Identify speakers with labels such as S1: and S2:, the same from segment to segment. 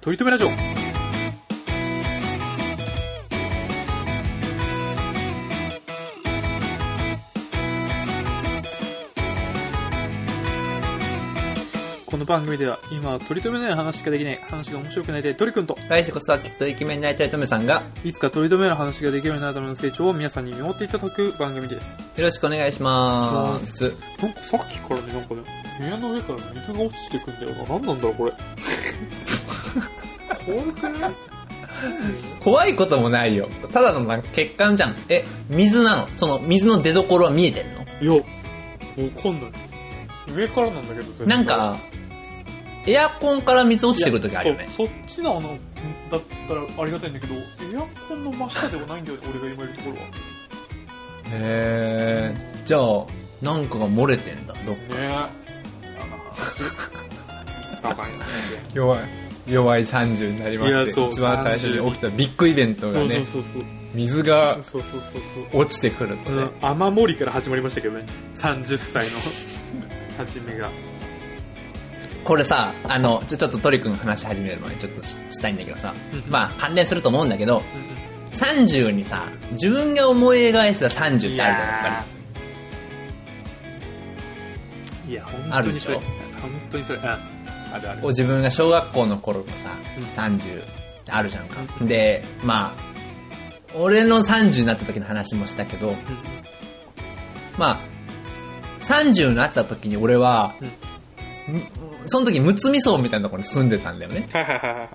S1: 取り留めラジオこの番組では今は取り留めない話しかできない話が面白くないで鳥くんと
S2: 来世こそはきっとイケメンになりたいトメさんが、
S1: いつか取り留める話ができるようになるための成長を皆さんに見守っていただく番組です
S2: よろしくお願いします。
S1: なんかさっきからね、なんかね、部屋の上から水が落ちてくんだよな。なんなんだろう、 これ。怖くない
S2: 怖いこともないよ。ただのなんか血管じゃん。え、水なのその水の出所は見えてんの
S1: いや、わかんない。上からなんだけど、全然
S2: なん、か、エアコンから水落ちてくるときあるよね。
S1: そうそっちの穴だったらありがたいんだけど、エアコンの真下ではないんだよね、 俺が今いるところは。
S2: へー。じゃあ、なんかが漏れてんだ。どっ
S1: ねえ。あまあバカになって
S2: 弱い。弱い30になりまし
S1: い
S2: て、
S1: やそう
S2: 一番最初に起きたビッグイベントが
S1: そう
S2: ね、
S1: そうそう
S2: 水が
S1: そう。そうそうそうそう。
S2: 落ちてくると
S1: う
S2: ね
S1: ん、、雨漏りから始まりましたけどね。30歳 の初めが。
S2: これさあのちょちょっと鳥くん話し始める前にちょっとししたいんだけどさ
S1: うん
S2: まあ関連すると思うんだけど30にさ自分が思い描いてた30ってあるじゃんやっぱ
S1: いや本
S2: あ
S1: 当
S2: る
S1: に
S2: で
S1: そ
S2: し
S1: れ
S2: ょ
S1: 本当にそれああるある
S2: り自分が小学校の頃のさ
S1: うん
S2: 30ってあるじゃんかでまあ俺の30になった時の話もしたけどまあ30になった時に俺はむその時むつみ荘みたいなところに住んでたんだよね
S1: はいはいはい は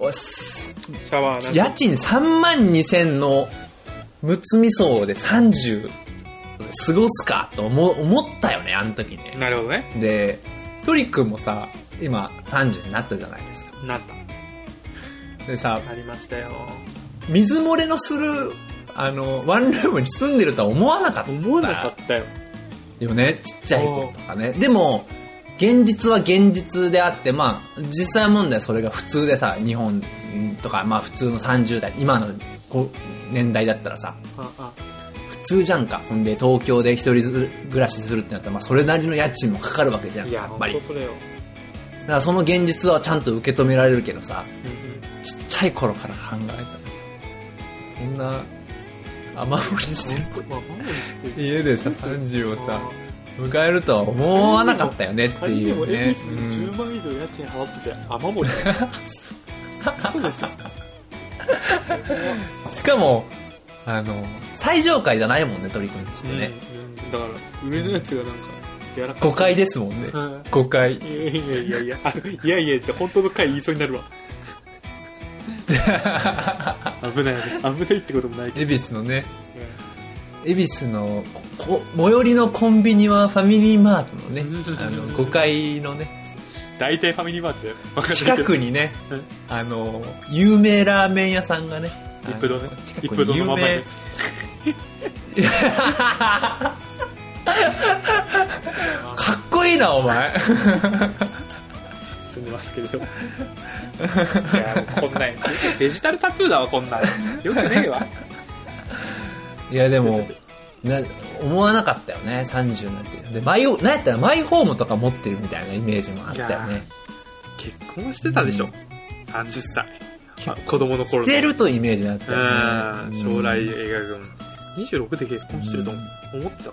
S2: おっす
S1: いシャワー
S2: 家賃3万2000のむつみ荘で30過ごすかと思思ったよね、あの時
S1: な
S2: ね。
S1: なるほどね
S2: で、トリックもさ、今30になったじゃないですか。
S1: なった
S2: でさ、
S1: なりましたよ
S2: 水漏れのする、あの、ワンルームに住んでるとは思わなかった。
S1: 思わなかったよ
S2: よね、ちっちゃい子とかね。でも、現実は現実であって、まあ、実際問題はそれが普通でさ、日本とか、まあ普通の30代、今のこう年代だったらさ、
S1: ああ
S2: 普通じゃんか。ほんで、東京で一人ず暮らしするってなったら、まあ、それなりの家賃もかかるわけじゃん
S1: い
S2: か、
S1: や
S2: やっぱ
S1: 本
S2: り。
S1: 当
S2: だ
S1: それよ
S2: からその現実はちゃんと受け止められるけどさ、
S1: うんうん
S2: ちっちゃい頃から考えたらさ、そんな、雨漏りしてる。
S1: まあ何をしてる
S2: 家でさ、30をさ、
S1: あ
S2: 迎えるとは思わなかったよねって
S1: 仮に
S2: い
S1: でも
S2: う
S1: 恵
S2: ね
S1: 比。寿
S2: う
S1: に10
S2: ん
S1: 万以上家賃払ってて雨漏りだよ そうでしょ
S2: しかも、あの、最上階じゃないもんね、鳥くんちって
S1: う
S2: ね。
S1: んうんだから上のやつがなんかやらか
S2: 5階ですもんね。
S1: うん
S2: 5階。
S1: いやいやいやいや、あいやいやって本当の回言いそうにな るわ。危ない危ない。危ないってこともないけ
S2: 恵比寿のね、
S1: ど。
S2: 恵比寿のここ最寄りのコンビニはファミリーマートのねあの5階の ね
S1: 大体ファミリーマートだよ。わかんないけど
S2: 近くにね
S1: うん
S2: あの有名ラーメン屋さんがね
S1: 一風堂ね
S2: あの。
S1: 一風
S2: 近く
S1: 堂
S2: に
S1: の
S2: 有
S1: まま
S2: 名
S1: で。
S2: かっこいいなお前
S1: 住んでますけれど。い や、こんなん、デジタルタトゥーだわ、こんなん。よくねえわ。
S2: いやでもな思わなかったよね30になってでマイホなんやったらマイホームとか持ってるみたいなイメージもあったよ
S1: いや
S2: ね
S1: 結婚してたでしょ。
S2: うん
S1: 30歳。あ子供の頃
S2: してるというイメージだったよ
S1: う
S2: ね
S1: ん、将来
S2: う
S1: 映
S2: ん
S1: 画君。26で結婚してると思思ってたか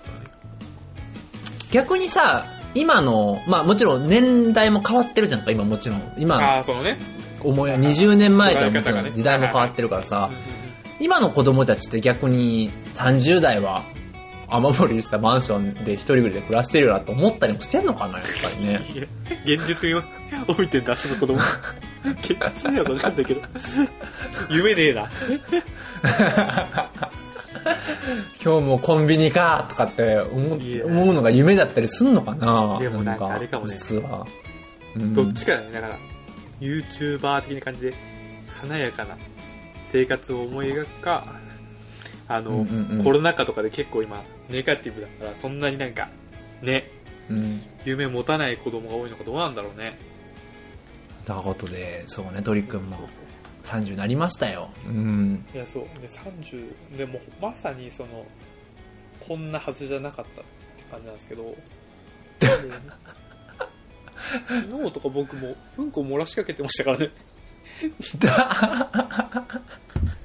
S1: らね。
S2: 逆にさ今のまあもちろん年代も変わってるじゃんか今もちろん今の
S1: ああ、そのね。
S2: 思いは20年前とはも
S1: 捉え方
S2: ちろ
S1: がね
S2: ん時代も変わってるから
S1: う
S2: さ
S1: んうんうん
S2: 今の子供たちって逆に30代は雨漏りしたマンションで一人暮らしで暮らしてるよなと思ったりもしてんのかなやっぱりね
S1: いや現実味を帯びてんだ、その子 供。現実には分かんないけど。夢ねえな。
S2: 今日もコンビニかとかって思
S1: いや
S2: う思うのが夢だったりすんのかな
S1: でもなんかあれかもね
S2: 実は、うん
S1: どっちかだね、だから、YouTuber 的な感じで、華やかな生活を思い描くか、あの、
S2: うんうんうん
S1: コロナ禍とかで結構今、ネガティブだから、そんなになんか、ね、
S2: うん
S1: 夢持たない子供が多いのかどうなんだろうね。
S2: ということでそうね鳥くんも30になりましたようん
S1: いや、そう。で、30、でも、まさにその、 こんなはずじゃなかったって感じなんですけど、昨日とか僕もうんこ漏らしかけてましたから ね。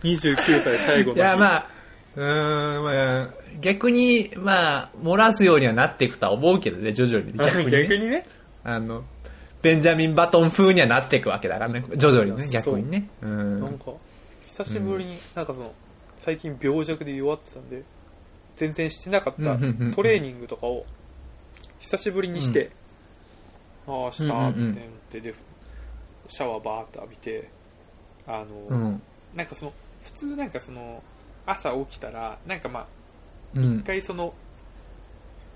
S1: 29歳最後の
S2: い
S1: 日。
S2: や、まあ、うーん、まあ、逆に、まあ、漏らすようにはなっていくとは思うけどね、徐々に。逆に,、
S1: 逆にね。
S2: あの、ベンジャミン・バトン風にはなっていくわけだからね、徐々にね、
S1: そう
S2: 逆にね。う
S1: なん
S2: ん。
S1: か、久しぶりに、なんかその、最近病弱で弱ってたんで、全然してなかっ
S2: う
S1: た
S2: んうんうん
S1: トレーニングとかを、久しぶりにして、ああ、したーって
S2: うん
S1: 思
S2: う
S1: っ
S2: ん
S1: て、で、シャワーバーって浴びて、あの、
S2: うん。
S1: なんかその、普通なんかその、朝起きたら、なんかまあ、
S2: うん
S1: 一。回その、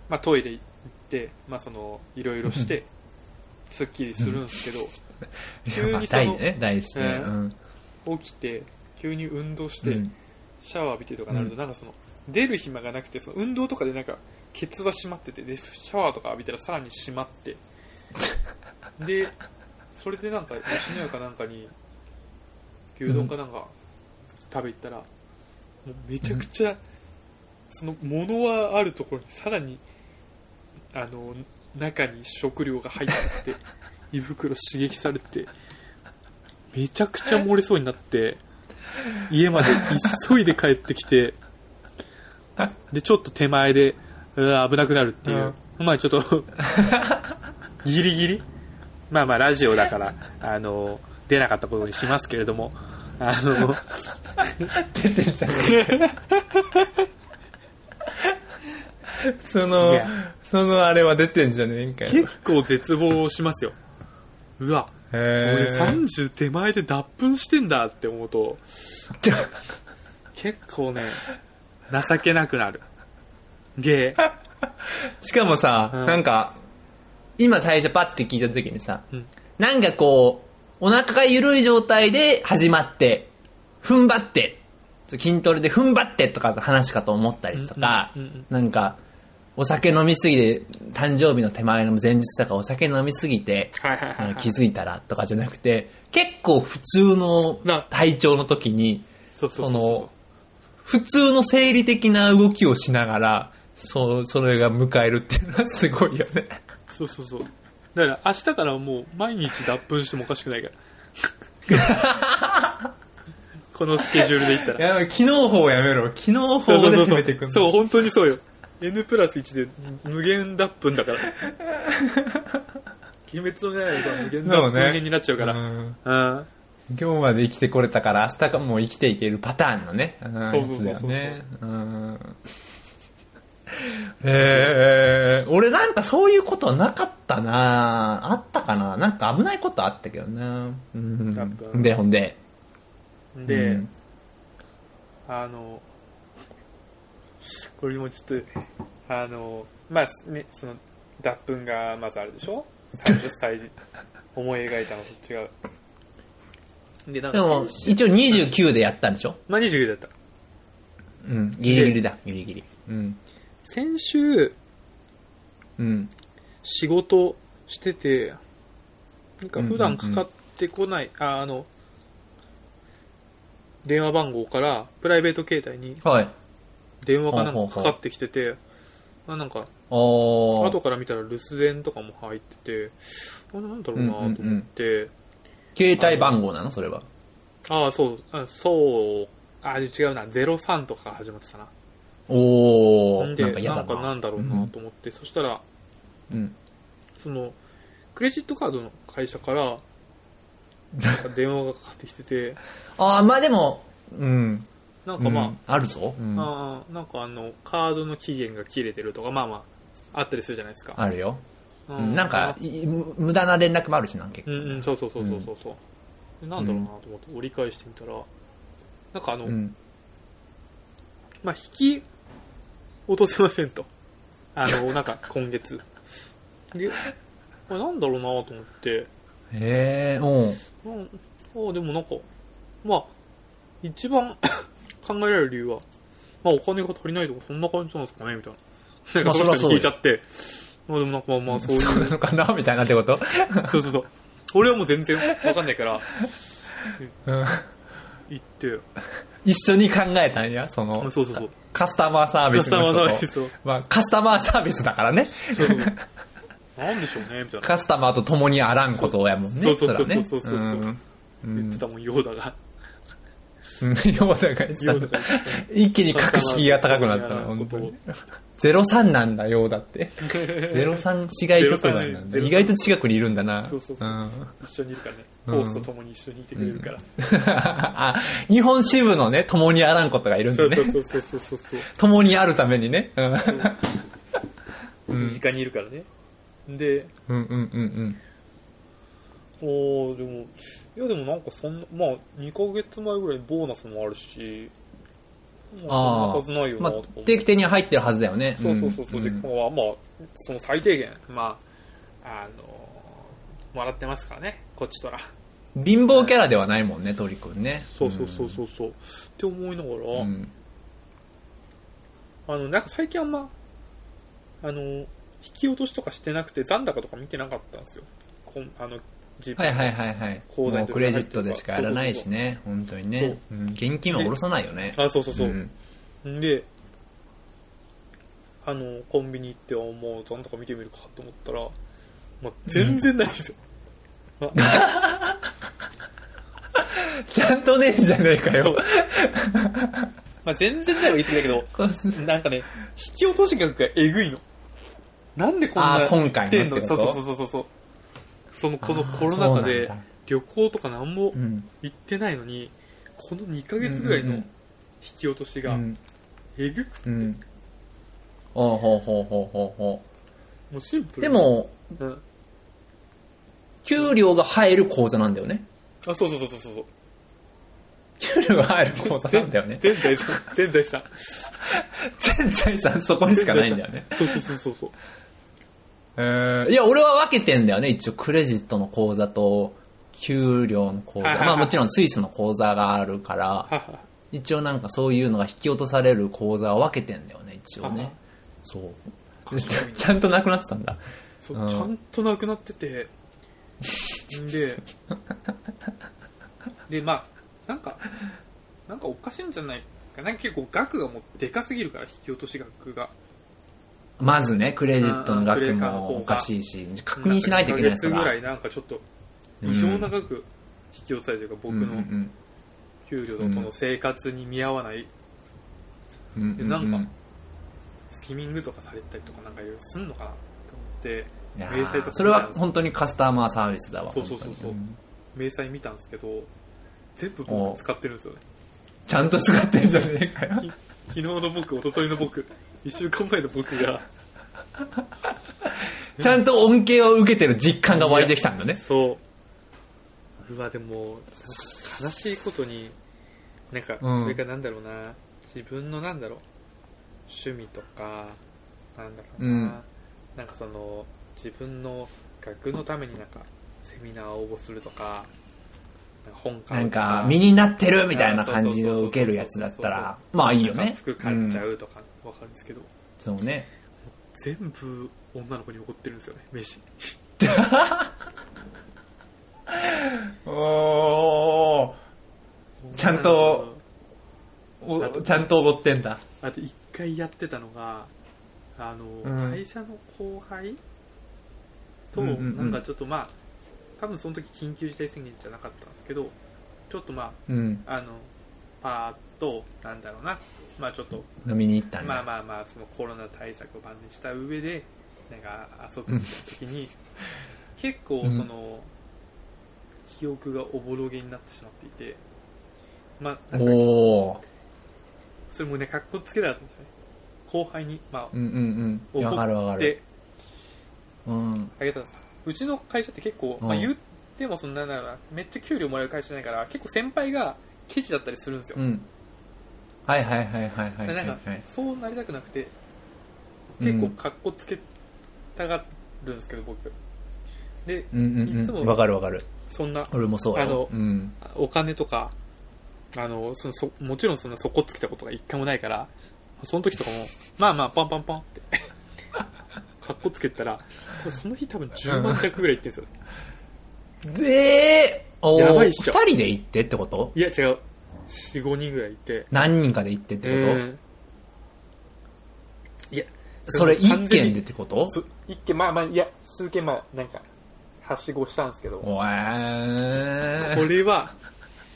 S1: まあトイレ行って、まあその、いろいろして、すっきりするんですけど、
S2: い
S1: 急
S2: や、まあ、
S1: にその
S2: 大ね、大好きね。
S1: う
S2: うん。
S1: 起きて、急に運動し
S2: う
S1: て、
S2: ん。
S1: シャワー浴びてとかなると、
S2: うん
S1: なんかその、出る暇がなくて、その運動とかでなんか、ケツは締まってて、で、シャワーとか浴びたらさらに締ま って、で、それでなんか、吉野家かなんかに、牛丼かなんか、食べ行ったら、もうめちゃくちゃ、その、物はあるところに、さらに、あの、中に食料が入ってて、胃袋刺激されて、めちゃくちゃ漏れそうになって、家まで急いで帰ってきて、で、ちょっと手前で、うわ危なくなるっていう。まあちょっと、ギリギリ。まあまあラジオだから、あの、出なかったことにしますけれども、あの、
S2: 出てんじゃねえかそ
S1: い
S2: の
S1: や、
S2: そのあれは出てんじゃねえかよ。
S1: 結構絶望しますよ。うわ、俺
S2: へー
S1: 30手前で脱粉してんだって思うと、結構ね、情けなくなる。で、
S2: しかもさ、
S1: うん
S2: なんか、今最初パッて聞いた時にさ、
S1: うん
S2: なんかこう、お腹が緩い状態で始まって、踏ん張って、筋トレで踏ん張ってとかの話かと思ったりとか、
S1: うんうんうん
S2: なんか、お酒飲みすぎて、誕生日の手前の前日とかお酒飲みすぎて、
S1: はいはいはいはい
S2: あの気づいたらとかじゃなくて、結構普通の体調の時に、
S1: そうそうそうそう
S2: その普通の生理的な動きをしながら、そう、それが迎えるっていうのはすごいよね。
S1: そうそうそう。だから明日からもう毎日脱粉してもおかしくないから。 このスケジュールでいった
S2: い
S1: ら。
S2: や、機能法やめろ。機能
S1: そう
S2: 法で攻めていくんだ。
S1: そう、本当にそうよ。N プラス1で無限脱粉だ から。鬼滅の刃は無限脱粉編になっちゃうから。
S2: ん
S1: うん。
S2: 今日まで生きてこれたから明日かもう生きていけるパターンのね。うん
S1: そうそうそうそう
S2: やつだよね。うん。 えー、俺なんかそういうことはなかったなあったかななんか危ないことあったけどなうん
S1: あった
S2: で、ほんで。
S1: で、
S2: うん
S1: あの、これもちょっと、あの、まあね、その、脱粉がまずあるでしょ ?30 歳 思い描いたのと違う。で、なん
S2: で
S1: か
S2: も
S1: 先週、
S2: 一応29でやったんでしょ
S1: まあ、29だった。
S2: うん。ギリギリだ。ギリギリ。うん。
S1: 先週、
S2: うん。
S1: 仕事してて、なんか普段かかってこない、ああの、電話番号からプライベート携帯に
S2: はい。
S1: 電話かなんかかかってきてて、あなんか
S2: おー。
S1: 後から見たら留守電とかも入ってて、あなんだろうなと思って、
S2: 携帯番号なのそれは。
S1: ああ、そう、あそう、あ違うな、03とかから始まってたな。
S2: おー。
S1: で、
S2: なんか嫌
S1: な
S2: だ
S1: んか
S2: な。
S1: なんだろうなと思って、そしたら、
S2: うん。
S1: その、クレジットカードの会社から、なんか電話がかかってきてて、
S2: ああ、まあでも、うん。
S1: なんかま
S2: あ、あるぞ。う
S1: あ、
S2: ん
S1: あ
S2: あ
S1: あなんかあの、カードの期限が切れてるとか、まあまあ、あったりするじゃないですか。
S2: るよ。
S1: う
S2: うんなんか、いむ無駄な連絡もあるしな、結
S1: う
S2: 構。
S1: んうん、そうそうそうそうそうそう、でなんだろうなと思って折り返してみたら、なんかあの、
S2: うん。
S1: まあ、引き落とせませんと。あの、なんか、今月。で、これなんだろうなと思って、
S2: へえ、うん。
S1: うん、ああでもなんか、まあ、一番 考えられる理由は、まあ、お金が足りないとか、そんな感じなんですかねみたいな。な
S2: ま
S1: ん
S2: あ
S1: か、その
S2: そりゃそ
S1: 人
S2: う
S1: に聞
S2: よ
S1: いちゃって、まあ、でもなんか、まあまあ、そういう、
S2: そうなのかなみたいなってこと
S1: そうそうそう。俺はもう全然わかんないから、
S2: うん
S1: 行って、
S2: 一緒に考えたんや、そ
S1: あ
S2: の、
S1: そうそうそう。
S2: カスタマーサービ
S1: カ
S2: ス
S1: スタ
S2: の
S1: マ
S2: 人
S1: ーサービ
S2: と。
S1: スを。
S2: まあ、カスタマーサービスだからね。
S1: そうそう。なんでしょうねみたいな
S2: カスタマーと共にあらんことやもんね。
S1: そうそうそう
S2: らね
S1: そうそうそうそう
S2: うんう
S1: 言っ
S2: ん
S1: てたもんヨーダが
S2: ヨーダが言って
S1: ヨ
S2: た
S1: ーダが言ってた
S2: 一気に格式が高くなったの、本当に。03なんだ、ヨー ダって。03違い局なんだね
S1: 03
S2: 意外と近くにいるんだ な。
S1: そうそうそうん一緒にいるからね
S2: う
S1: コ
S2: ん
S1: ースと共に一緒にいてくれるから
S2: あ日本支部のね、共にあらんことがいるん
S1: そ
S2: だ
S1: う
S2: ね
S1: そ。うそうそうそうそう
S2: 共にあるためにね。うんうん
S1: 身近にいるからねで
S2: うんうんうんうん。
S1: おーでもいやでもなんかそんなまあ2ヶ月前ぐらいにボーナスもあるしまあそんなはずないよ
S2: ま
S1: な
S2: あ
S1: とか思っ、て
S2: 定期的に入ってるはずだよね。
S1: そうそうそうそう、
S2: ん
S1: で今はまあその最低限まああのもらってますからねこっちとら
S2: 貧乏キャラではないもんね、トリ君ね。
S1: そうそうそうそうそう、って思いなが
S2: う
S1: ら、
S2: ん。
S1: あのなんか最近あんまあの引き落としとかしてなくて残高とか見てなかったんですよこんあの自
S2: はいはいはいはい。
S1: 口座
S2: も
S1: に
S2: うクレジットでしかやらないしね、本当にね。うん現金は下ろさないよね。
S1: あそうそうそう、
S2: ん
S1: であのコンビニ行ってあもう残高見てみるかと思ったら、まあ、全然ないですよ、
S2: ちゃんとねえじゃねえか
S1: そう
S2: よ。
S1: まあ全然ないは言い過ぎだけどなんかね、引き落とし額がえぐいの。なんでこん
S2: あ
S1: な
S2: ー今回の
S1: 言ってんの
S2: って
S1: そ
S2: こ
S1: う
S2: と
S1: そうそうそうそう。その、この
S2: あー
S1: コロナ禍
S2: そう
S1: で
S2: なんだ
S1: 旅行とか何も
S2: うん。
S1: 行ってないのに、この2ヶ月ぐらいの
S2: うん
S1: 引き落とし
S2: う
S1: が
S2: ん
S1: えぐくて、
S2: うん。ほうほうほうほうほうほ
S1: もうシンプル。
S2: う。で、も、
S1: うん、
S2: 給料が入る口座なんだよね。
S1: あ、そうそうそうそうそう。
S2: 給料が入る口座なんだよ ね。
S1: 全財 産、全財産。
S2: 全財産そこにしかないんだよね。
S1: そうそうそうそうそう。
S2: えーいや、俺は分けてんだよね、一応。クレジットの口座と、給料の口座。
S1: はいはいはい
S2: まあもちろんスイスの口座があるから、
S1: は は
S2: 一応なんかそういうのが引き落とされる口座を分けてんだよね、一応
S1: は
S2: ね
S1: は。
S2: そう。ちゃちゃんとなくなってたんだ。
S1: そううんちゃんとなくなってて、んで、で、まあ、なんか、なんかおかしいんじゃないかな。結構額がもうでかすぎるから、引き落とし額が。
S2: まずね、クレジットの
S1: うんク
S2: 額
S1: レカの方
S2: も
S1: が
S2: おかしいし、確認しないといけない
S1: んか
S2: そ
S1: 一ヶ月ぐ
S2: れは
S1: らいなんかちょっと、異常な額引き落とされてるから、
S2: う
S1: 僕
S2: ん
S1: の給料のこの生活に見合わない、
S2: うんうん
S1: でなんかスキミングとかされたりとかなんかいろいろすんのかなと思って、
S2: いや
S1: 明細と
S2: ー
S1: か
S2: それは本当にカスタマーサービスだわ。
S1: そうそうそう
S2: 本当にん
S1: 明細見たんですけど、全部僕使ってるんですよね。
S2: ちゃんと使ってんじゃねえかよ。
S1: 昨日の僕、一昨日の僕、一週間前の僕が、
S2: ちゃんと恩恵を受けてる実感が湧いてきたんだね。
S1: そう。うわ、でも、なんか悲しいことに、なんか、
S2: うん
S1: それがなんだろうな、自分のなんだろう、趣味とか、なんだろうな、
S2: うん
S1: なんかその、自分の学のためになんか、セミナーを応募するとか、なんか本買
S2: な
S1: うんとか
S2: か、身になってるみたいな感じを受けるやつだったら、まあいいよ
S1: なん
S2: ね
S1: か。服買っちゃうとか、わかるんですけど、
S2: そうね。
S1: 全部女の子に怒ってるんですよね、飯。
S2: おちゃんと
S1: お
S2: ちゃんとおごってんだ。
S1: あと一回やってたのが、あの、
S2: うん
S1: 会社の後輩と、
S2: うんうんうん
S1: なんかちょっとまあ、多分その時緊急事態宣言じゃなかったんですけど、ちょっとま
S2: うん。
S1: あ、あの、パーッと、なんだろうな、まあちょっと、
S2: 飲みに行ったんだ。
S1: まあまあまあ、そのコロナ対策を万全にした上で、なんか遊ぶ時に、結構
S2: うん
S1: その、記憶がおぼろげになってしまっていて、まあ、なんか
S2: おー。
S1: それもね、かっこつけだったんですよね。後輩に、まあ、
S2: うんうんうん。わかるわかる。
S1: で
S2: うん。
S1: あげたんですうちの会社って結構、まあ、
S2: うん
S1: 言ってもそんななんだろうなめっちゃ給料もらえる会社じゃないから結構先輩がケチだったりするんですよ、
S2: うん。はいはいはいはいはい
S1: で
S2: は
S1: ないんか
S2: はい。
S1: そうなりたくなくて
S2: うん
S1: 結構かっこつけたがるんですけど僕で
S2: うんうん
S1: いつ
S2: う
S1: も
S2: ん。わかるわかる。
S1: そんな
S2: 俺もそう
S1: あの
S2: よ。うん。
S1: お金とかあのそのそもちろんそんな底つきたことが一回もないからその時とかもまあまあパンパンパンって かっこつけたらその日多分10万弱ぐらいいってるんですよね
S2: で、おー
S1: やばいっしょ
S2: 二人で行ってってこと
S1: いや違う45人ぐらいいて
S2: 何人かで行ってってこと、
S1: うんいや、
S2: それ一件でってこと
S1: す一件、まあまあ、いや、数件前、なんか、はしごしたんですけど、こ
S2: おえー。
S1: れは、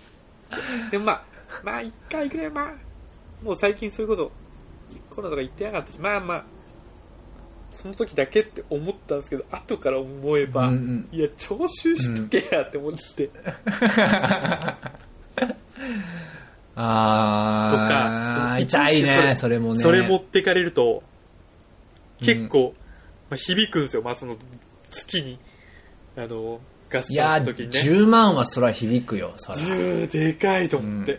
S1: でもまあ、まあ一回くらい、まあ、もう最近それこそ、コロナとか言ってなかったし、まあまあ、その時だけって思ったんですけど、後から思えば、
S2: うんうん
S1: いや、徴収しとけやって思って、とかそ
S2: あ
S1: の
S2: ー、痛い
S1: 一日
S2: ね
S1: で、
S2: それもね。
S1: それ持ってかれると、
S2: うん
S1: 結構、まあ、響くんですよ、まあ、その月に、あの、合算
S2: い
S1: し
S2: や
S1: た
S2: ー、
S1: 時にね。
S2: 10万はそら響くよ、そら。
S1: 10でかいと思って、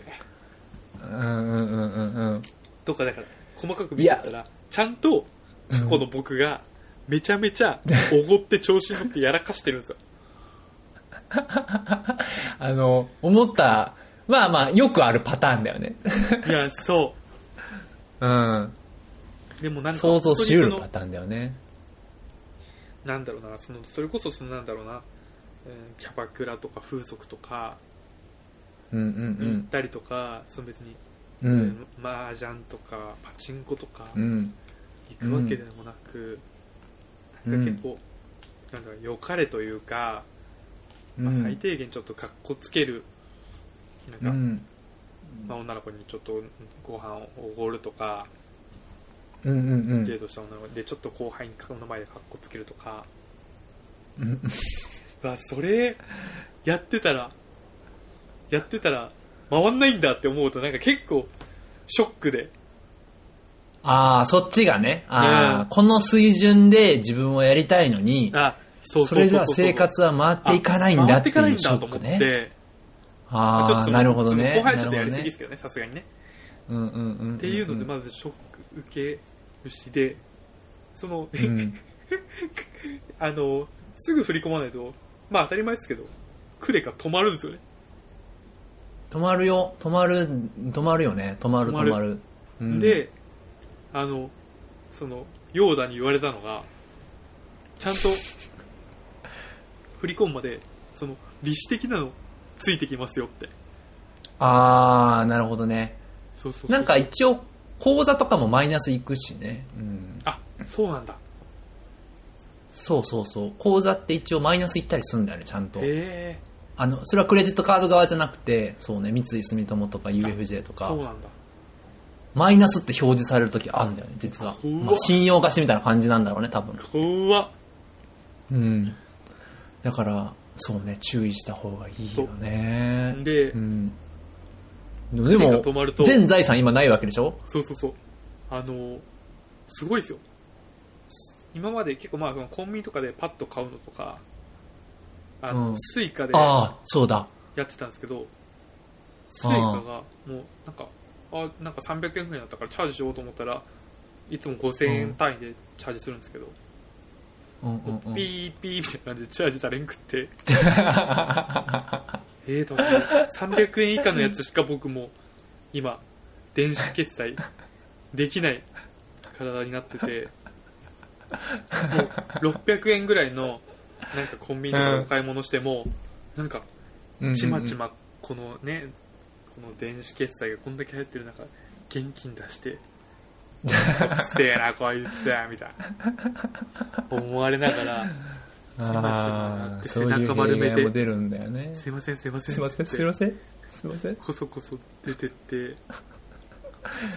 S2: ううんうんうんうんうん。
S1: とかだから細かく見てた
S2: い
S1: らちゃんと過去の僕がめちゃめちゃおごって調子に乗ってやらかしてるん ですよ
S2: あの、思った、まあまあ、よくあるパターンだよね。
S1: いやそ
S2: うん。
S1: うでもなんか
S2: 想像しう
S1: 本
S2: る
S1: 当
S2: パ
S1: に
S2: ターンだよね。
S1: そのなんだろうなそのそれこそそのなんだろうな、うんキャバクラとか風俗とか
S2: うん
S1: 行ったりとか、その別に、
S2: うんうん。うん。
S1: マージャンとかパチンコとか
S2: うん。
S1: 行くわけでもなく、なんか結構、なんか良かれというか、
S2: うん
S1: まあ、最低限ちょっとかっこつけるなんか、
S2: うん。
S1: まあ、女の子にちょっとご飯をおごるとか、
S2: うんうんうん
S1: デートした女の子でちょっと後輩に顔の前でかっこつけるとか、
S2: うん。
S1: うわそれやってたらやってたら回んないんだって思うとなんか結構ショックで
S2: ああ、そっちがね、ああ、
S1: ね
S2: この水準で自分をやりたいのに、
S1: あそう
S2: そ
S1: そう
S2: れじ
S1: そう
S2: ゃ
S1: そう
S2: 生活は回っていかないんだっていうショッ
S1: と思
S2: ク
S1: って、
S2: ね。
S1: まあちょっ
S2: あ
S1: と
S2: あ、
S1: その
S2: なるほど
S1: そ
S2: ね。
S1: の後輩はちょっとやりすぎで
S2: なる
S1: すけどねさすがにね
S2: ほどねうんうんうんうんうん。
S1: っていうのでまずショック受けるしでその、
S2: うん
S1: あのすぐ振り込まないとまあ当たり前ですけどクレが止まるんですよね
S2: 止まるよ、止まる、止まるよね、止まる
S1: 止まる
S2: 止まる。うん、
S1: で、あの、その、ヨーダに言われたのが、ちゃんと、振り込むまで、その、理子的なの、ついてきますよって。
S2: ああ、なるほどね。
S1: そうそうそう
S2: なん、か一応、口座とかもマイナスいくしね。うん。
S1: あ、そうなんだ。
S2: そうそうそう。口座って一応マイナスいったりするんだよね、ちゃんと。
S1: え
S2: あの、それはクレジットカード側じゃなくて、そうね、三井住友とか UFJ と
S1: えー、そう
S2: か、
S1: なんだ。
S2: マイナスって表示されるときあるんだよね、実は。
S1: うわ
S2: まあ、信用貸しみたいな感じなんだろうね、多分。
S1: 怖っ。
S2: うん。だから、そうね、注意した方がいいよね。
S1: で、
S2: うん。でも
S1: 何か止まる、と
S2: 全財産今ないわけでしょ
S1: そうそうそう。あの、すごいですよ。今まで結構まあ、そのコンビニとかでパッと買うのとか、あの、
S2: うん
S1: スイカで、
S2: ああ、そうだ。
S1: やってたんですけど、スイカがもうなんか、あ、なんか300円くらいだったからチャージしようと思ったら、いつも5000円単位でチャージするんですけど、
S2: うんうん
S1: も
S2: う。
S1: うんピ
S2: い
S1: ーピーみたいな感じでチャージされんく って、えーと、300円以下のやつしか僕も今、電子決済できない体になってて、もう600円ぐらいのなんかコンビニとかでお買い物しても、なんかちまちまこのねこの電子決済がこんだけ流行ってる中現金出して うっせえなこいつやみたいな思われながらちまちまなって背中丸め
S2: そういう弊害も
S1: て
S2: 出るんだよね。
S1: すいませんすいません
S2: すいません、
S1: って
S2: すいません。すいません。
S1: こそこそ出てって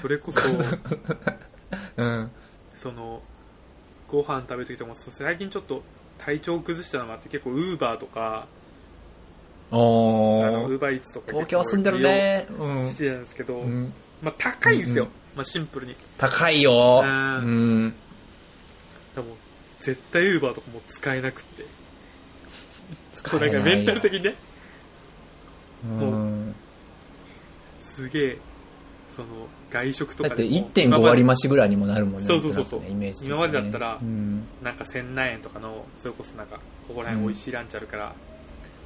S1: それ こそ
S2: うん。
S1: そのご飯食べる時とかもそう最近ちょっと体調を崩したのもあって結構ウーバーとかウ
S2: おー
S1: ーバーイーツとか
S2: 東京住んでるね。うん
S1: し。てたんですけど、
S2: うん
S1: まあ高いんですよ、
S2: うんう
S1: まあシンプルに
S2: 高いよ。
S1: うん
S2: うん。
S1: でも絶対ウーバーとかも使えなくって
S2: 使
S1: そうなんかメンタル的にね
S2: うん。
S1: すげえその外食と
S2: だ
S1: か
S2: って
S1: でも
S2: 1.5割増しぐらいにもなるもんね。
S1: そうそうそうそう
S2: なんとなくねイメージ的にね
S1: 今までだったら
S2: うん。
S1: なんか千何円とかのそれこそなんかここら辺美味しいランチあるから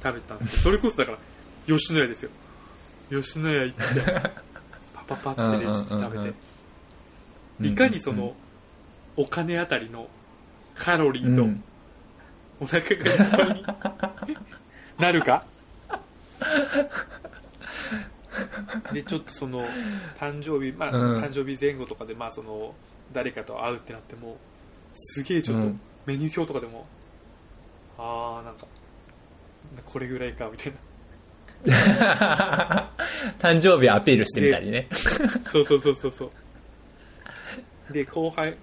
S1: 食べてたんですけど、それこそだから吉野家ですよ吉野家行 ってパパパってレジで
S2: うんうんうん
S1: 食
S2: う
S1: べ
S2: ん
S1: ていかにそのお金あたりのカロリ
S2: うん、
S1: ー
S2: う
S1: と
S2: ん
S1: お腹がいっぱいになるかでちょっとその誕生日まあ、
S2: うん
S1: 誕生日前後とかでまあその誰かと会うってなってもすげえちょっ
S2: う
S1: と
S2: ん
S1: メニュー表とかでも、ああなんかこれぐらいかみたいな
S2: 誕生日アピールしてみたりね。
S1: そうそうそうそうそうで後輩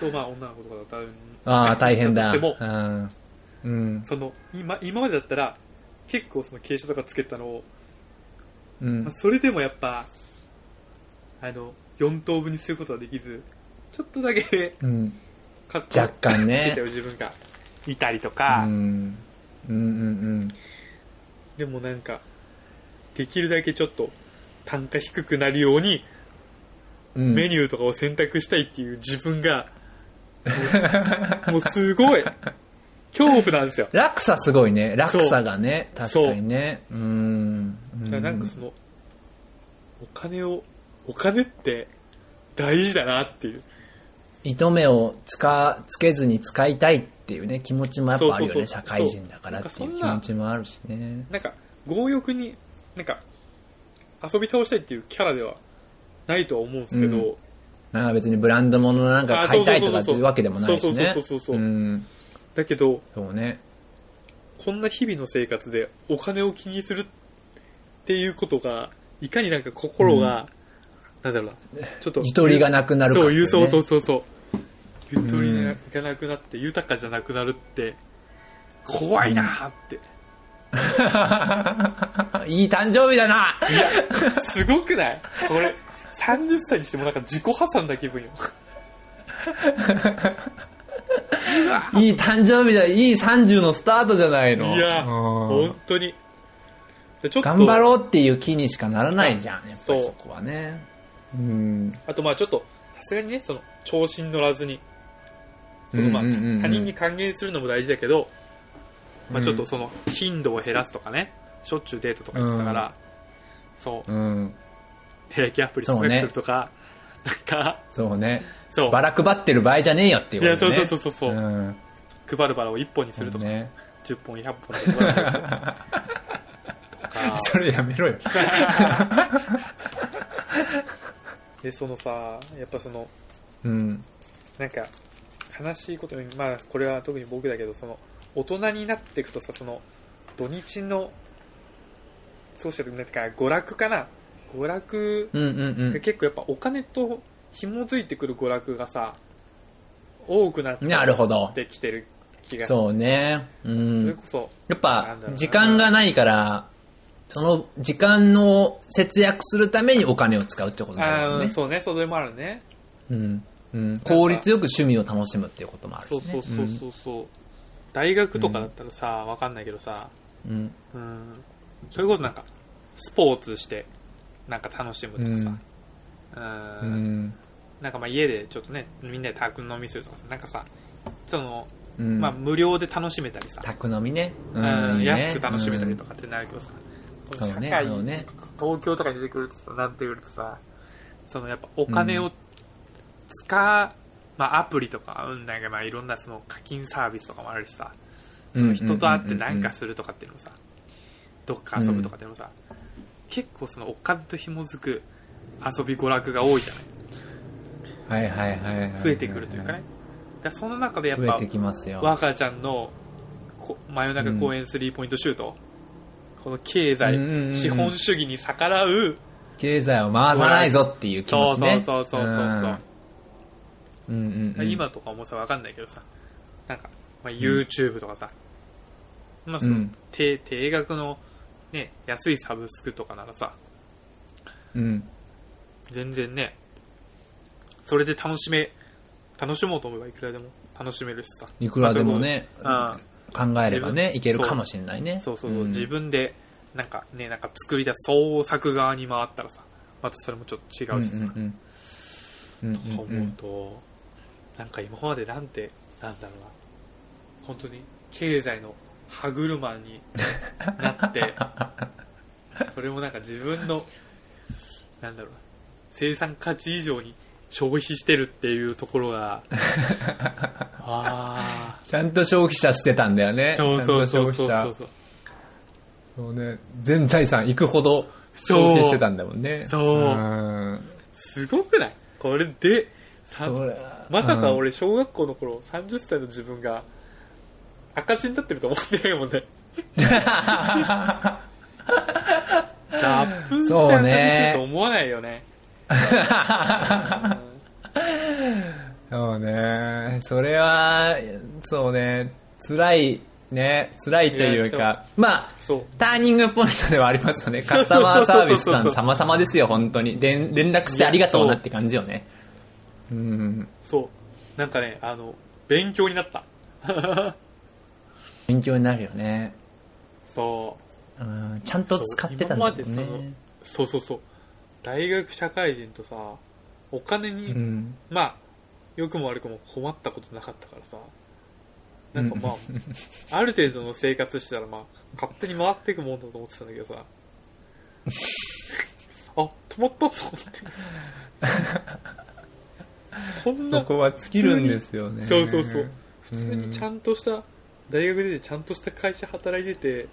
S1: とまあ女の子とかだったら
S2: ああ、大変
S1: だ
S2: だ。
S1: としても
S2: うん。うん。
S1: その今今までだったら結構その傾斜とかつけたのを、
S2: うん
S1: まあ、それでもやっぱあの4等分にすることはできずちょっとだけ
S2: うん。
S1: かっこ
S2: 若干
S1: つけ
S2: ね
S1: ちゃ。う自分がいたりと
S2: う
S1: か、
S2: ん。うんうん
S1: でもなんかできるだけちょっと単価低くなるように
S2: うん。うん
S1: メニューとかを選択したいっていう自分が、もうもうすごい恐怖なんですよ、
S2: 落差すごいね。落差がね。確
S1: そう
S2: かにね。うん。
S1: だからなんかそのお金をお金って大事だなっていう
S2: 糸目をつか、つけずに使いたいっていうね、気持ちもやっぱあ
S1: そ
S2: るよ
S1: うそうそう
S2: ね。社会人だからっていう
S1: そう
S2: 気
S1: なん
S2: 持
S1: かそ
S2: ちもあるしね。
S1: なんか強欲になんか遊び倒したいっていうキャラではないとは思うんですけど、
S2: うんなんか別にブランド物のなんか買いたいとか
S1: あそうそうそう
S2: って
S1: そう
S2: いうわけでもないし
S1: そ
S2: ね。
S1: うそうそうそうそう
S2: うん。
S1: だけど
S2: そうね。
S1: こんな日々の生活でお金を気にするっていうことが、いかになんか心が、なんだろうな、ちょっと。
S2: ゆとりがなくなる
S1: そ
S2: から
S1: う、
S2: ね
S1: ゆそうそうそうそう。ゆとりがなくなって、豊かじゃなくなるって、怖いなー って。
S2: いい誕生日だない
S1: や、すごくないこれ、30歳にしてもなんか自己破産な気分よ。
S2: いい誕生日だいい30のスタートじゃないの
S1: いや、
S2: うん
S1: 本当に。でちょっと
S2: 頑張ろうっていう気にしかならないじゃん、やっぱり
S1: そう
S2: そこはね。うん。
S1: あとまあちょっと、さすがにね、その、調子に乗らずに、そのまあ、
S2: うんうんうんうん
S1: 他人に還元するのも大事だけど、まあ
S2: うん
S1: ちょっとその、頻度を減らすとかね、しょっちゅうデートとか言ってたから、そう、
S2: うん。
S1: ペラキアプリ少なくするとか、なんか、
S2: そうね。
S1: そう、
S2: バラ配ってる場合じゃねえよっていうことね。。
S1: いやそうそうそうそうそうん配るバラを1本にすると
S2: そ
S1: か、
S2: うね。
S1: 10本、100本とか。と か
S2: それやめろよ。
S1: で、そのさ、やっぱその、
S2: うん。
S1: なんか、悲しいことに、まあ、これは特に僕だけど、その、大人になっていくとさ、その、土日の、そうしたら、なんか、娯楽かな娯楽
S2: うんうん
S1: が結構やっぱお金と紐づいてくる娯楽がさ、多くなっ
S2: うん。なるほど
S1: っ。てきてる気が
S2: そうね。う
S1: それ
S2: ん。
S1: こそ、
S2: やっ
S1: な
S2: ぱ
S1: んだろう、な
S2: 時間がないから、その時間の節約するためにお金を使うってことにな
S1: あー
S2: るもん
S1: うん
S2: ね。
S1: そうね、それもあるね。
S2: うん。うん。効率よく趣味を楽しむっていうこともあるし
S1: そう
S2: ね。
S1: そうそうそうそう。大学とかだったらさ、わかんないけどさ、
S2: うん。
S1: うん、それこそなんか、スポーツして、なんか楽しむとかさ、う、
S2: うんん。
S1: なんかまあ家でちょっとね、みんなで宅飲みするとかさ、なんかさ、その、
S2: うん。
S1: まあ無料で楽しめたりさ、
S2: 宅飲みね。
S1: う
S2: うんん。いいね
S1: 安く楽しめたりとかってなるけどさ、
S2: うん
S1: この
S2: そうね。
S1: 社
S2: あ
S1: 会、
S2: のね。
S1: 東京とかに出てくるとさ、なんてくるとさ、そのやっぱお金を使う、まあアプリとか、うん、なんかまあいろんなその課金サービスとかもあるしさ、その人と会ってなんかするとかっていうのもさ、どっか遊ぶとかっていうのもさ、結構そのお金と紐づく遊び娯楽が多いじゃない
S2: はいはいはいはいはい。
S1: 増えてくるというかね。だからその中でやっ
S2: 増え
S1: ぱ
S2: て、きますよ。
S1: 若ちゃんのこ真夜中公園スリーポイントシュート、この経済、
S2: うんうんうん
S1: 資本主義に逆らう、
S2: 経済を回さないぞっていう気
S1: そ
S2: 持
S1: う
S2: ち
S1: そ
S2: ね
S1: う。そうそうそう。
S2: うん。うんうんうん。
S1: 今とかもさ、わかんないけどさ、なんか、まあ、YouTube とかさ、まあそうの
S2: ん、
S1: 低、定額の、ね、安いサブスクとかならさ、
S2: うん。
S1: 全然ね、それで楽しめ、楽しもうと思えばいくらでも楽しめるしさ。
S2: いくらでもね、
S1: あ
S2: 考えれば
S1: 自
S2: ね、
S1: 分
S2: いけるかもしれないね。
S1: そうそうそう、
S2: ん
S1: 自分で、なんかね、なんか作り出す創作側に回ったらさ、またそれもちょっと違うしさ、
S2: うんうんうんうん
S1: と
S2: うんう
S1: 思うんと、なんか今までなんて、なんだろうな、本当に経済の歯車にな って、それもなんか自分の、なんだろうな、生産価値以上に消費してるっていうところ が、あ
S2: ちゃんと消費者してたんだよね
S1: あ、。そうそうそうそう
S2: ちゃんと消
S1: そう
S2: 費者。そうね。全財産行くほど消費してたんだもんね。
S1: そう
S2: うん
S1: すごくないこれで、さん
S2: それ
S1: まさか
S2: うん
S1: 俺、小学校の頃、30歳の自分が、赤字になってると思ってないもんね。脱粉して赤字にすると思わないよね。
S2: そうね。それは、そうね。辛い、ね。辛いという
S1: いや
S2: か。まあ、
S1: そう。
S2: ターニングポイントではありますよね。カスタマーサービスさ
S1: そうそうそうそ
S2: ん
S1: う
S2: 様々ですよ、本当に。でん連絡してありがとうなって感じよね。うん。
S1: そう。なんかね、あの、勉強になった。
S2: 勉強になるよね。
S1: そう。
S2: うん。ちゃんと使ってたんだよ
S1: そう今まで
S2: ね。
S1: そうそうそう。大学社会人とさ、お金に、
S2: うん。
S1: まあ、良くも悪くも困ったことなかったからさ、なんかまあ、ある程度の生活してたらまあ、勝手に回っていくもんだと思ってたんだけどさ、あ、止まったと思って。こんな、
S2: そこは尽きるんですよね。
S1: そうそうそう。普
S2: うん
S1: 通にちゃんとした、大学出てちゃんとした会社働いてて、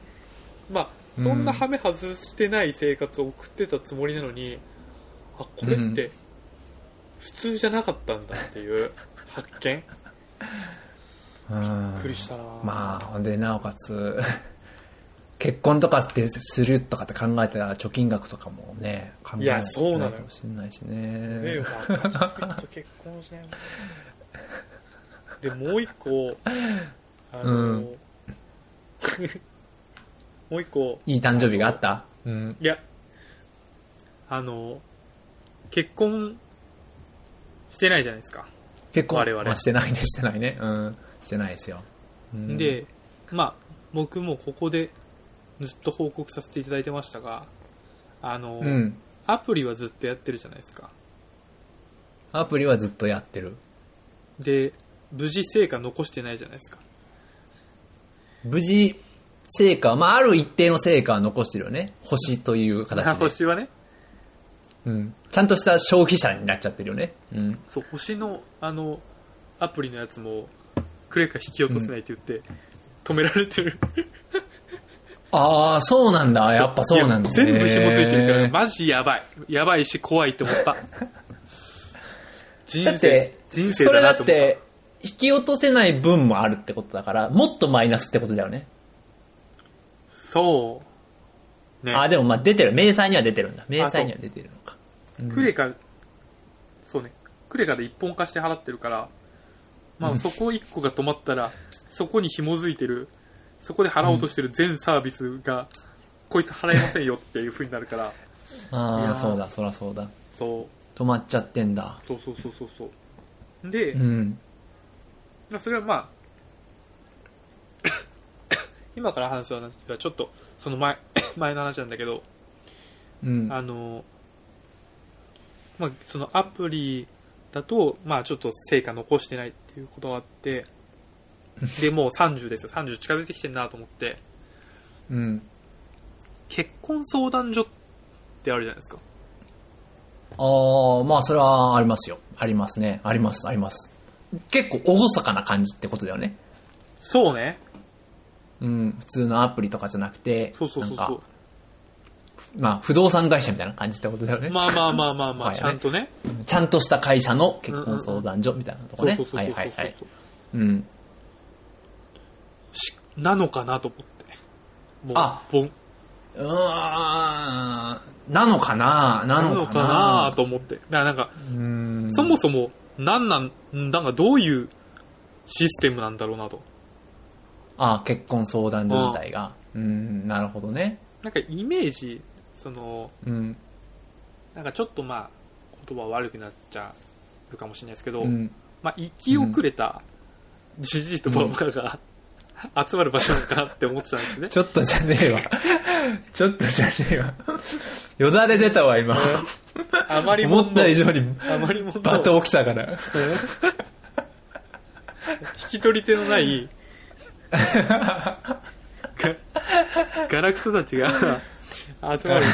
S1: まあ、そんなハメ外してない生活を送ってたつもりなのに、あ、これって、普通じゃなかったんだっていう発見。
S2: うん
S1: びっくりしたな
S2: まあ、ほんで、なおかつ、 結婚とかってするとかって考えたら、貯金額とかもね、考え
S1: い
S2: な
S1: や
S2: いと
S1: そうなのよ
S2: かもしれないし
S1: ねえ
S2: ね
S1: よ。、まあ、ちょっと結婚しないもんで、もう一個、あの、
S2: うん
S1: もう一個、
S2: いい誕生日があったうん。
S1: いや、あの、結婚してないじゃないですか。
S2: 結婚
S1: 我々
S2: はしてないね、してないね。うん。してないですよ。うん、
S1: で、まあ、僕もここでずっと報告させていただいてましたが、あの、
S2: うん。
S1: アプリはずっとやってるじゃないですか。
S2: アプリはずっとやってる。
S1: で、無事成果残してないじゃないですか。
S2: 無事、成果、まあ、ある一定の成果は残してるよね。星という形で。
S1: 星はね、
S2: うん。ちゃんとした消費者になっちゃってるよね。うん。
S1: そう、星の、あの、アプリのやつも、クレカ引き落とせないって言って、止められてる。
S2: ああ、そうなんだ。やっぱそうなんだ、ね。
S1: いや全部紐付いてるから、マジやばい。やばいし、怖いって思った。人
S2: だっ
S1: 生
S2: て、、
S1: 人生だなと思
S2: それだっ、
S1: って
S2: 引き落とせない分もあるってことだから、もっとマイナスってことだよね。
S1: た。そう。ね。
S2: あ、でもまあ出てる。明細には出てるんだ。明細には出てるのか。
S1: クレカ、そうね、クレカで一本化して払ってるから、まあそこ一個が止まったら、そこに紐づいてる、そこで払おうとしてる全サービスが、こいつ払えませんよっていう風になるから、いや
S2: あ
S1: ー
S2: あ、そうだ、そら そうだ。
S1: そう、
S2: 止まっちゃってんだ。
S1: そうそうそうそうそう。で、
S2: うん。
S1: まあそれはまあ、 今から話す話はちょっと、その前、 前の話なんだけど、
S2: うん。
S1: あの、まあ、そのアプリだと、まあ、ちょっと成果残してないっていうことがあって、で、もう30ですよ。30近づいてきてんなと思って、
S2: うん。
S1: 結婚相談所ってあるじゃないですか。
S2: ああ、まあそれはありますよ。ありますね。あります、あります。結構厳かな感じってことだよね。
S1: そうね。
S2: うん。普通のアプリとかじゃなくて、
S1: そうそうそう
S2: なん
S1: そ
S2: か、まあ不動産会社みたいな感じってことだよね。
S1: う。まあまあまあまあま
S2: は
S1: あ、
S2: い
S1: ちゃんとね。
S2: ちゃんとした会社の結婚相談所みたいなとこ
S1: そう
S2: ね
S1: そうそう。そ
S2: は
S1: う
S2: い
S1: そ
S2: はいは
S1: う
S2: い。。うん。
S1: しなのかなと思って。もう
S2: あ
S1: ぼん
S2: うーんなのかなな
S1: な
S2: の
S1: の
S2: か
S1: か
S2: な
S1: なと思って。だからなんか、
S2: うーん
S1: そもそも、なんなん、なんかどういうシステムなんだろうなと。
S2: あ結婚相談所自体が。うーん、なるほどね。
S1: なんかイメージ、その、
S2: うん。
S1: なんかちょっとまあ、言葉悪くなっちゃうかもしれないですけど、
S2: うん。
S1: まあ、生き遅れたじじいとばばあが、集まる場所なのかなって思ってたんですね。
S2: ちょっとじゃねえわ。ちょっとじゃねえわ。よだれ出たわ、今。
S1: あまりも
S2: 思
S1: の
S2: った以上に
S1: あまりもの
S2: バト起きたから。
S1: 引き取り手の ない、がガラクソたちが集まる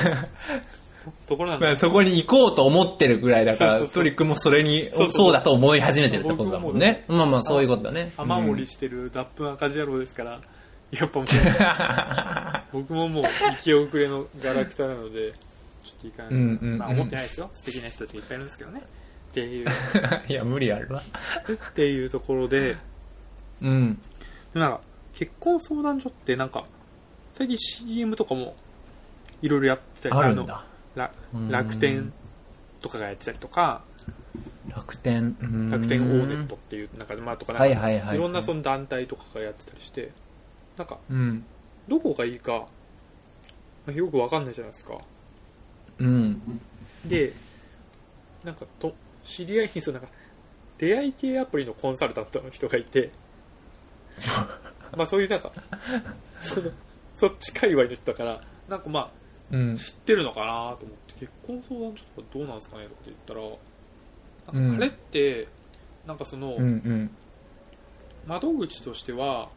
S1: ところなん
S2: ま
S1: だ
S2: あそこに行こうと思ってるぐらいだか
S1: そ
S2: ら、
S1: うそうそう
S2: トリックもそれに
S1: そうそう
S2: そうだと思い始めてるってことだもんね。まあまあ、そういうことだね。
S1: 雨漏
S2: うん
S1: りしてる脱粉赤字野郎ですから、やっ ぱもう、僕ももう、行き遅れのガラクタなので、ちょっと行かない、
S2: うんうんうん
S1: まあ思ってないですよ。素敵な人たちがいっぱいいるんですけどね。っていう、
S2: いや、無理あるわ。
S1: っていうところ で、
S2: うん。
S1: なんか、結婚相談所ってなんか、最近 CM とかも、いろいろやってたり
S2: あるんだ。
S1: あのら
S2: うん
S1: 楽天とかがやってたりとか、
S2: 楽天。うん
S1: 楽天オーネット。っていう、なんか、まあとかなんか、
S2: はいはいはい。
S1: いろんなその団体とかがやってたりして、なんか、
S2: うん。
S1: どこがいいか、よくわかんないじゃないですか。
S2: うん。
S1: で、なんかと、知り合いにそう、なんか、出会い系アプリのコンサルタントの人がい て、まあそういうなんか、その、そっち界隈の人だから、なんかまあ、
S2: うん。
S1: 知ってるのかなと思って、結婚相談所とかどうなんですかねとかって言ったら、なん
S2: うん
S1: かあれって、なんかその、
S2: うん。うん。
S1: 窓口としては、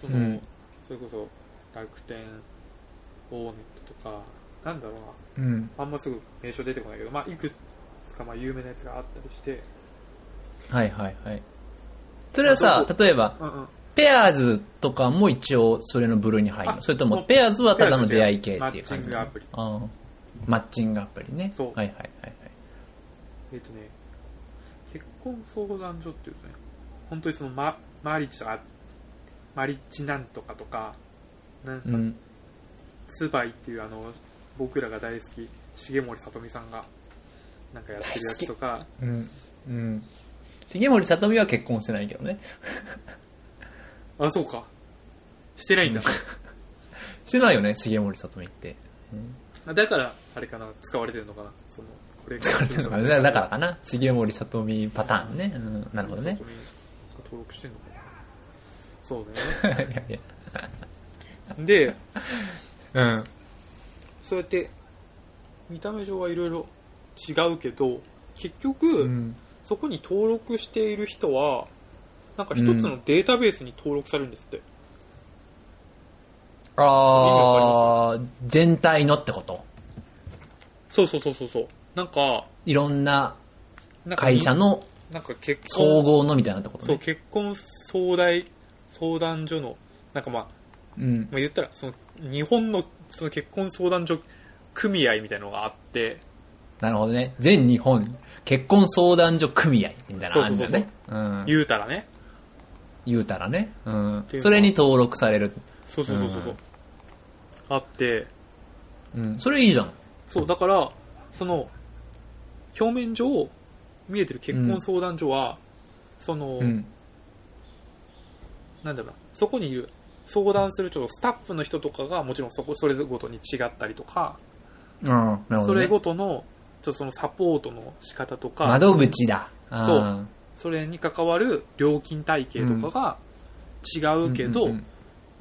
S1: その、
S2: うん
S1: それこそ、楽天、オーネットとか、なんだろうな、
S2: うん。
S1: あんますぐ名称出てこないけど、まあ、いくつかまあ有名なやつがあったりして、
S2: はいはいはい。それはさ
S1: あど、
S2: 例えば、
S1: うんうん、
S2: ペアーズとかも一応それの部類に入るの
S1: あ
S2: それと
S1: も
S2: も
S1: う
S2: ペアーズはただの出会い系
S1: マ
S2: っていう
S1: ッチ
S2: 感
S1: ン
S2: じ
S1: グ
S2: な
S1: ア
S2: の
S1: プリ。
S2: あーマッチングアプリね。
S1: そう
S2: はいはいはい
S1: えっ、とね、結婚相談所っていうとね、本当にそのママリッジとか、マリッジなんとかとか、なんか
S2: はい。う、ん。
S1: ツバイっていうあの、僕らが大好き、重森さとみさんが、なんかやってるやつとか、
S2: うん。うん。重森さとみは結婚してないけどね。
S1: あ、そうか。してないんだ。
S2: してないよね、重森さとみって。
S1: だから、あれかな、使われてるのかな。その、これ
S2: だからだからかな。重森さとみパターンね。うん、なるほどね
S1: そ。こに登録してんのかな。そう
S2: いやい
S1: ね。で、
S2: や。うん。
S1: そうやって、見た目上はいろいろ違うけど、結局、
S2: うん。
S1: そこに登録している人は、なんか一つのデータベースに登録されるんですって。
S2: あー、全体のってこと
S1: そうそうそうそうそう。なんか、
S2: いろんな
S1: なんか
S2: 会社の
S1: なんか結婚
S2: 総合のみたいなってこと
S1: そう、
S2: ね。
S1: 結婚相談、相談所の、なんかまあ、
S2: うん。
S1: まあ、言ったら、その、日本の、その結婚相談所組合みたいなのがあって、
S2: なるほどね。全日本結婚相談所組合みたいなのあるんだよね。うん
S1: 言うたらね。
S2: 言うたらね。うん
S1: ていうのは
S2: それに登録される。
S1: そうそうそうそうそう
S2: う。
S1: あって、
S2: うん。それいいじゃん。
S1: そう、だから、その、表面上、見えてる結婚相談所は、その、
S2: うん。
S1: なんだろうな、そこにいる、相談するちょっとスタッフの人とかが、もちろんそこ、それぞれごとに違ったりとか、
S2: うん。なるほ
S1: そ
S2: ど
S1: れ
S2: ね。
S1: ごとの、ちょっとそのサポートの仕方とか、
S2: 窓口だ。あー
S1: それに関わる料金体系とかが違うけど、
S2: んんん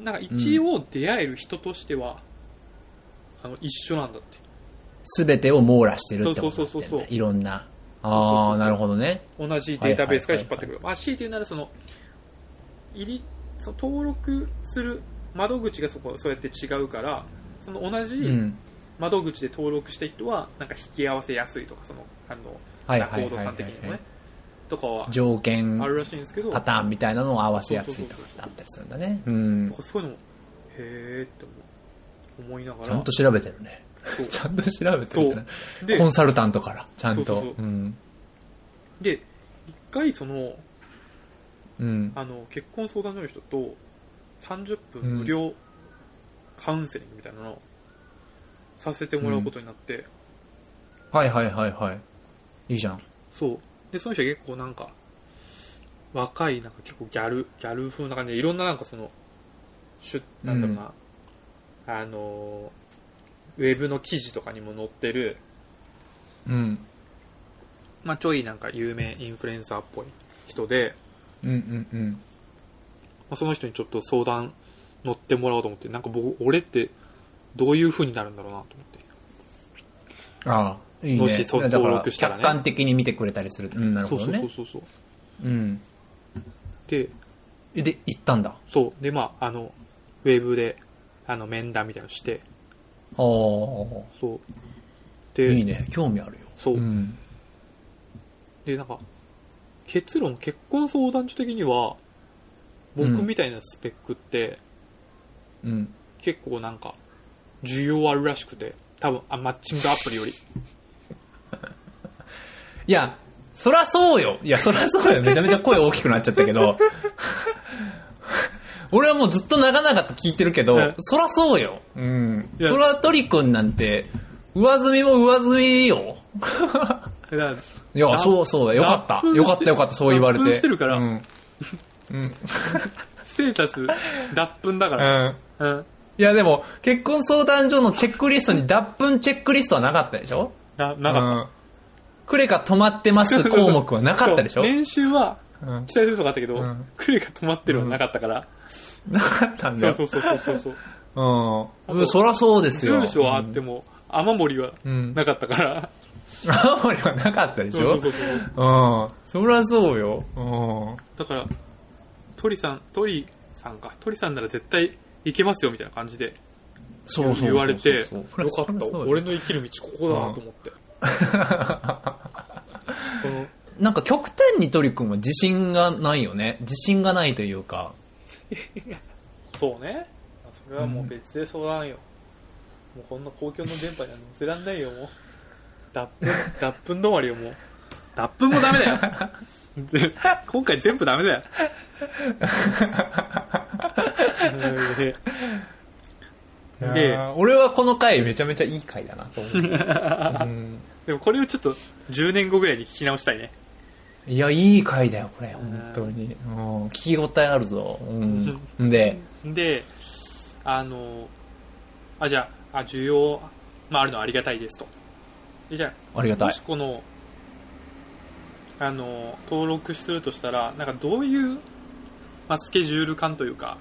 S1: なんか一応出会える人としては、あの一緒なんだって
S2: すべてを網羅してるってこと
S1: そうそうそうそう
S2: なんだよねいろんな。
S1: そうそう
S2: あ
S1: そ
S2: あ、
S1: う
S2: なるほどね。
S1: 同じデータベースから引っ張ってくる、
S2: は
S1: まあ、強いて言うならその入りその登録する窓口がそこそうやって違うからその同
S2: う
S1: じ
S2: ん。
S1: 窓口で登録した人はなんか引き合わせやすいとかそのあの
S2: はい
S1: 仲
S2: はいはい
S1: 人
S2: はい
S1: さ
S2: は
S1: ん的にもね、
S2: い。
S1: とかは
S2: 条件
S1: あるらしいんですけど
S2: パターンみたいなのを合わせやすいとかってあったりするんだね。うん
S1: なん。かそういうのもへえって思う思いながら
S2: ちゃんと調べてるね。
S1: そう
S2: ちゃんと調べてるじゃない
S1: で
S2: コンサルタントから、ちゃん
S1: そう
S2: と。
S1: そうそ
S2: うん。
S1: で一回その
S2: うん。
S1: あの結婚相談所の人と30分無料カウンセリングみたいなのをさせてもらうことになって、
S2: はいはいはいはい。いいじゃん。
S1: そうでその人は結構なんか若いなんか結構ギャルギャル風な感じでいろんななんかそのしゅなんだろうな、あのウェブの記事とかにも載ってる、
S2: うん。
S1: まあ、ちょいなんか有名インフルエンサーっぽい人で、
S2: うんうんうん。
S1: まあ、その人にちょっと相談乗ってもらおうと思って、なんか僕、俺ってどういう風になるんだろうなと思って。
S2: ああ、いいね。
S1: もしそう
S2: だから
S1: 登録したらね
S2: 客観的に見てくれたりする。うん、なる
S1: そ
S2: ほ
S1: う
S2: ど
S1: そうそう。そ
S2: ね
S1: うそう。
S2: うん。
S1: で、
S2: えで、行ったんだ。
S1: そう。で、まあ、あの、ウェブで、あの、面談みたいなのして、
S2: ああ、
S1: そう。で、
S2: いいね。興味あるよ。
S1: そう
S2: うん。
S1: で、なんか、結論、結婚相談所的には、僕
S2: うん
S1: みたいなスペックって、
S2: うん。
S1: 結構なんか、需要あるらしくて、多分、あ、マッチングアプリより。
S2: いや、そらそうよ。いや、そらそうよ。めちゃめちゃ声大きくなっちゃったけど。 俺はもうずっと長々と聞いてるけど、
S1: うん
S2: そらそうよ。うん。
S1: いや
S2: そらトリくんなんて、上積みも上積みよ。
S1: だから
S2: いや、
S1: だ
S2: そうそうだ。よかった
S1: 脱。粉
S2: よかったよかった、そう言われ
S1: 脱
S2: て。
S1: 粉してるから
S2: うん。うん。
S1: ステータス脱粉だか
S2: う
S1: ら、
S2: ん
S1: うん、
S2: いや、でも、結婚相談所のチェックリストに脱粉チェックリストはなかったでしょ
S1: ななかっ
S2: うんクレカ止まってます
S1: た
S2: 項目はなかったでし
S1: そ
S2: ょ
S1: う練習は
S2: うん
S1: 期待するとかあったけど、
S2: うん
S1: クレが止まってるのはなかったから、
S2: なかったんだ
S1: そう
S2: よ。
S1: そうそうそうそうそう
S2: うんう
S1: あと
S2: ん。そらそうですよ。
S1: 住所はあっても、雨漏りは
S2: うん
S1: なかったから、
S2: 青森はなかったでし
S1: そ
S2: ょ
S1: うそうそうそう
S2: うん。そらそうよ。う
S1: だから鳥さん鳥さんか鳥さんなら絶対いけますよみたいな感じで
S2: ん。そうそうそうそう。
S1: 言われて
S2: そ
S1: よ
S2: うそう
S1: かった
S2: そうよ
S1: 俺の生きる道ここだなと思って、この
S2: なんか極端にトリ君は自信がないよね。自信がないというか。
S1: そうねそれはもう別で相談よ、もうこんな公共の電波には載せらんないよもう脱 粉脱粉止まりよもう脱粉もダメだよで 今回全部ダメ だようんでで
S2: いやー俺はこの回めちゃめちゃいい回だなと 思う。うん
S1: でもこれをちょっと10年後ぐらいに聞き直したいね
S2: いや、いい回だよ、これ、本当に。うん、聞き応えあるぞ。うん。で、
S1: であのあじゃああ需要、まあ、あるのはありがたいですとでじゃ
S2: ありが
S1: あ
S2: た
S1: も
S2: い
S1: し。このあの登録するとしたらなんかどういう、まあ、スケジュール感というか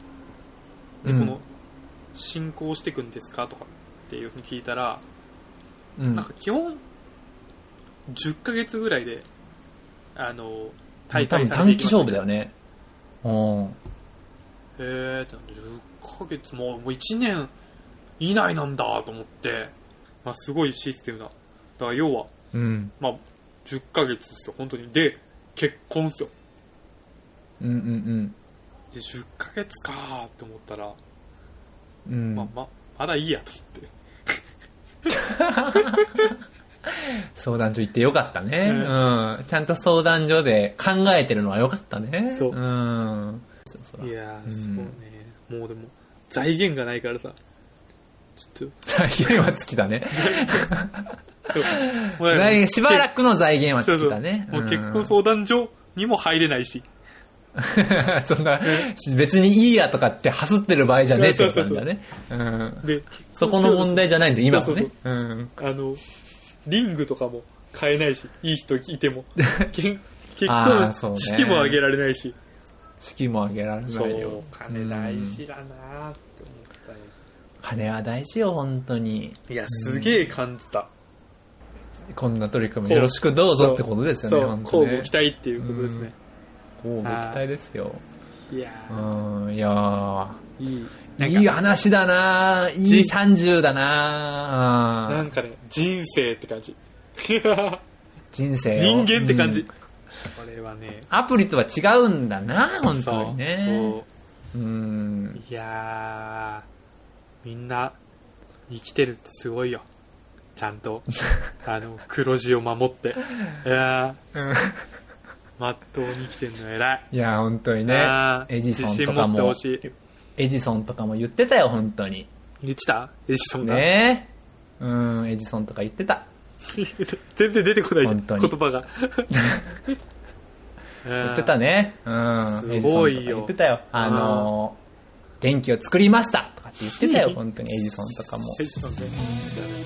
S1: で
S2: うん
S1: この進行していくんですかとかっていうふうに聞いたら、
S2: うん
S1: なんか基本10ヶ月ぐらいであの大会さ
S2: 多
S1: れ
S2: 分
S1: ていき
S2: 短期
S1: ます
S2: 勝負だよね。うん。
S1: えーってなって10ヶ月ももう1年以内なんだと思って、まあ、すごいシステムだだから要は、
S2: うん。
S1: まあ、10ヶ月ですよ本当にで結婚ですよ
S2: うんうん
S1: で10ヶ月かーって思ったら、
S2: うん。うん
S1: まあ、ままだいいやと思って
S2: 相談所行ってよかったね、
S1: う
S2: うん。ちゃんと相談所で考えてるのはよかったね。。
S1: そうん
S2: そうそう
S1: いやー、
S2: うん
S1: そうねもうでも財源がないからさちょっ
S2: 財源は尽きたね。
S1: とでももうだから
S2: 財しばらくの財源
S1: そ
S2: は
S1: う
S2: 尽
S1: そ
S2: き
S1: う
S2: たね。
S1: もう結婚
S2: そ
S1: 相談所にも入れないし
S2: うん。 そんな、別にいいやとかって走ってる場合じゃねえってことなんだね。うん。
S1: で
S2: そこの問題じゃないんだよ、今
S1: そ
S2: も
S1: うそう
S2: ね。うん。
S1: あの、リングとかも買えないし、いい人いて も。けん結
S2: あ
S1: 婚
S2: ーそうね
S1: 式もあげられないし。
S2: 式も上げられないよ。
S1: 金大事だなって思ったよ。
S2: 金は大事よ、本当に。
S1: いや、すげえ感じた。
S2: こんな取り組みよろしくどうぞってことですよね、
S1: そう、
S2: 本
S1: こ
S2: 当
S1: うご
S2: ね
S1: 期。待っていうことですね。
S2: こうご期待ですよ。
S1: いや
S2: う
S1: ー
S2: ん、いやー
S1: いい。なんか
S2: いい話だなぁいい
S1: 人
S2: 30だなぁ
S1: な
S2: うん
S1: んかね、人生って 感じ。人
S2: 人生を
S1: 間って感
S2: う
S1: じ。
S2: ん
S1: これはね、
S2: アプリとは違うんだなぁ本当にね。うん
S1: そう。いやー、みんな、生きてるってすごいよ。ちゃん と、あの、黒字を守って。いやー、
S2: うん
S1: まっとうに生きてるの偉い。
S2: いや、本当にね
S1: あ。ー
S2: エジソンと
S1: 自
S2: か
S1: 信持ってほ
S2: も
S1: しい、
S2: エジソンとかも言ってたよ、本当に。
S1: 言ってたエジソンが。
S2: ねうん、エジソンとか言ってた。
S1: 全然出てこないじゃん、
S2: 本
S1: 言
S2: 当に
S1: 葉が。言
S2: 言ってたね。うん。
S1: すごいよ
S2: エジソンとか言ってたよ。あのー、電気を作りましたとかって言ってた よ、本当に。エジソンとかも。
S1: エジソンね。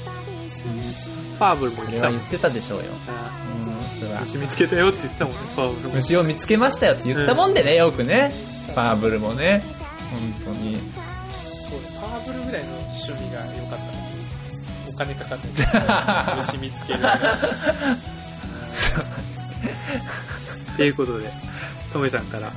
S1: ファーブルも言っ
S2: そ
S1: て
S2: れ
S1: た
S2: は
S1: もん
S2: 言ってたでしょうよ。
S1: あ
S2: うん、それ
S1: ー
S2: は。
S1: 虫見つけたよって言ってたもんね、ファーブルも。
S2: 虫を見つけましたよって言ったもんでね、よくね。ファーブルもね。本当に。
S1: そうパーブルぐらいの趣味が良かったのにお金かかってる虫見つけるということでトメさんから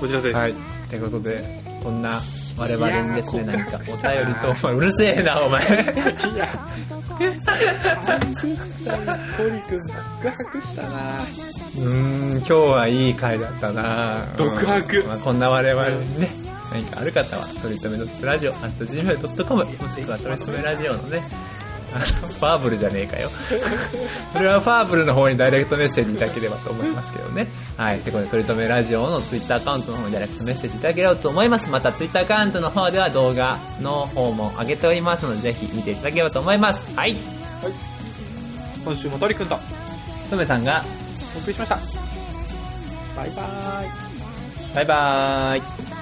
S1: お知らせです、
S2: はい。ってことで、こんな我々にですね、
S1: いやー
S2: 何かお便りと、お前うるせえな、お前。
S1: いやトリ君告白したな
S2: うーん、今日はいい回だったな
S1: 独白
S2: うんまあ、こんな我々にね、何かある方は、とりとめドットラジオ、アット gmail.com、もしくはとりとめラジオのね、ファーブルじゃねえかよ。 それはファーブルの方にダイレクトメッセージいただければと思いますけどね。はい。ということで、取り留めラジオのツイッターアカウントの方にダイレクトメッセージいただければと思います。また、ツイッターアカウントの方では動画の方も上げておりますので、ぜひ見ていただければと思います。はい。
S1: 今週も鳥くんと
S2: とめさんが、
S1: お送りしましたバイバーイ
S2: バイバー
S3: 「
S2: イ。
S3: バイバイ」